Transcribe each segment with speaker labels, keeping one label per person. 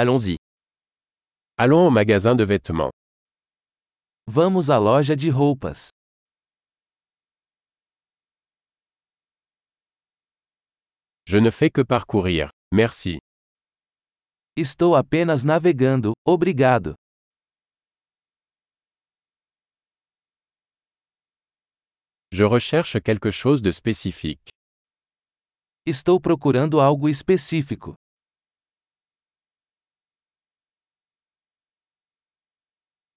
Speaker 1: Allons-y. Allons au magasin de vêtements.
Speaker 2: Vamos à loja de roupas.
Speaker 1: Je ne fais que parcourir. Merci.
Speaker 2: Estou apenas navegando, obrigado.
Speaker 1: Je recherche quelque chose de spécifique.
Speaker 2: Estou procurando algo específico.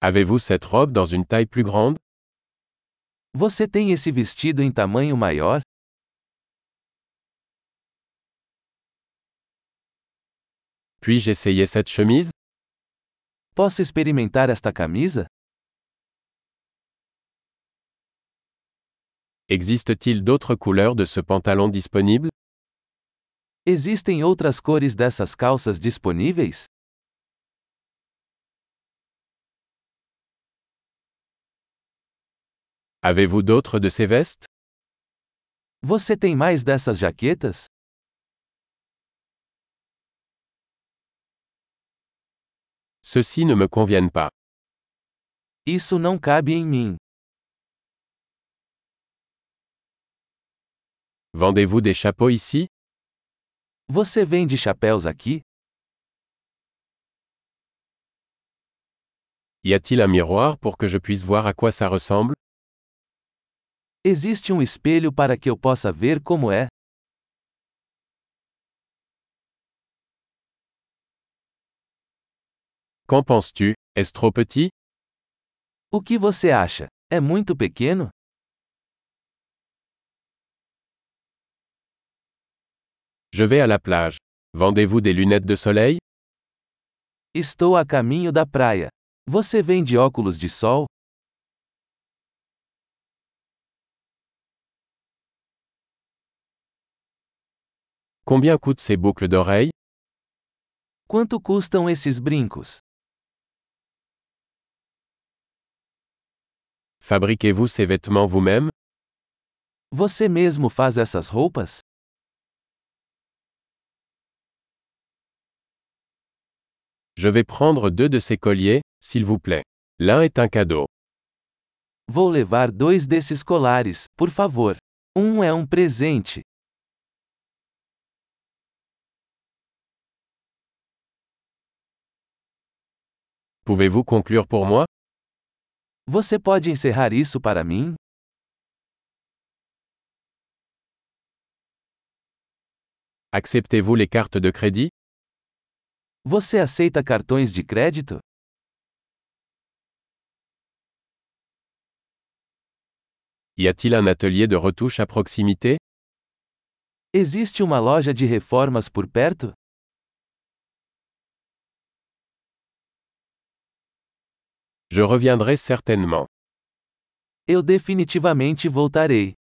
Speaker 1: Avez-vous cette robe dans une taille plus grande
Speaker 2: Você tem esse vestido em tamanho maior?
Speaker 1: Puis-je essayer cette chemise
Speaker 2: Posso experimentar esta camisa?
Speaker 1: Existe-t-il d'autres couleurs de ce pantalon disponible
Speaker 2: Existem outras cores dessas calças disponíveis?
Speaker 1: Avez-vous d'autres de ces vestes
Speaker 2: Você tem mais dessas jaquetas?
Speaker 1: Ceux-ci ne me conviennent pas.
Speaker 2: Isso não cabe em mim.
Speaker 1: Vendez-vous des chapeaux ici
Speaker 2: Você vende chapéus aqui?
Speaker 1: Y a-t-il un miroir pour que je puisse voir à quoi ça ressemble
Speaker 2: Existe um espelho para que eu possa ver como é?
Speaker 1: Qu'en penses-tu Est-ce trop petit
Speaker 2: O que você acha? É muito pequeno?
Speaker 1: Je vais à la plage. Vendez-vous des lunettes de soleil
Speaker 2: Estou a caminho da praia. Você vende óculos de sol?
Speaker 1: Combien coûtent ces boucles d'oreilles
Speaker 2: Quanto custam esses brincos?
Speaker 1: Fabriquez-vous ces vêtements vous-même
Speaker 2: Você mesmo faz essas roupas?
Speaker 1: Je vais prendre deux de ces colliers, s'il vous plaît. L'un est un cadeau.
Speaker 2: Vou levar dois desses colares, por favor. Um é um presente.
Speaker 1: Pouvez-vous conclure pour moi
Speaker 2: Você pode encerrar isso para mim?
Speaker 1: Acceptez-vous les cartes de crédit
Speaker 2: Você aceita cartões de crédito?
Speaker 1: Y a-t-il un atelier de retouche à proximité
Speaker 2: Existe uma loja de reformas por perto?
Speaker 1: Je reviendrai certainement.
Speaker 2: Eu definitivamente voltarei.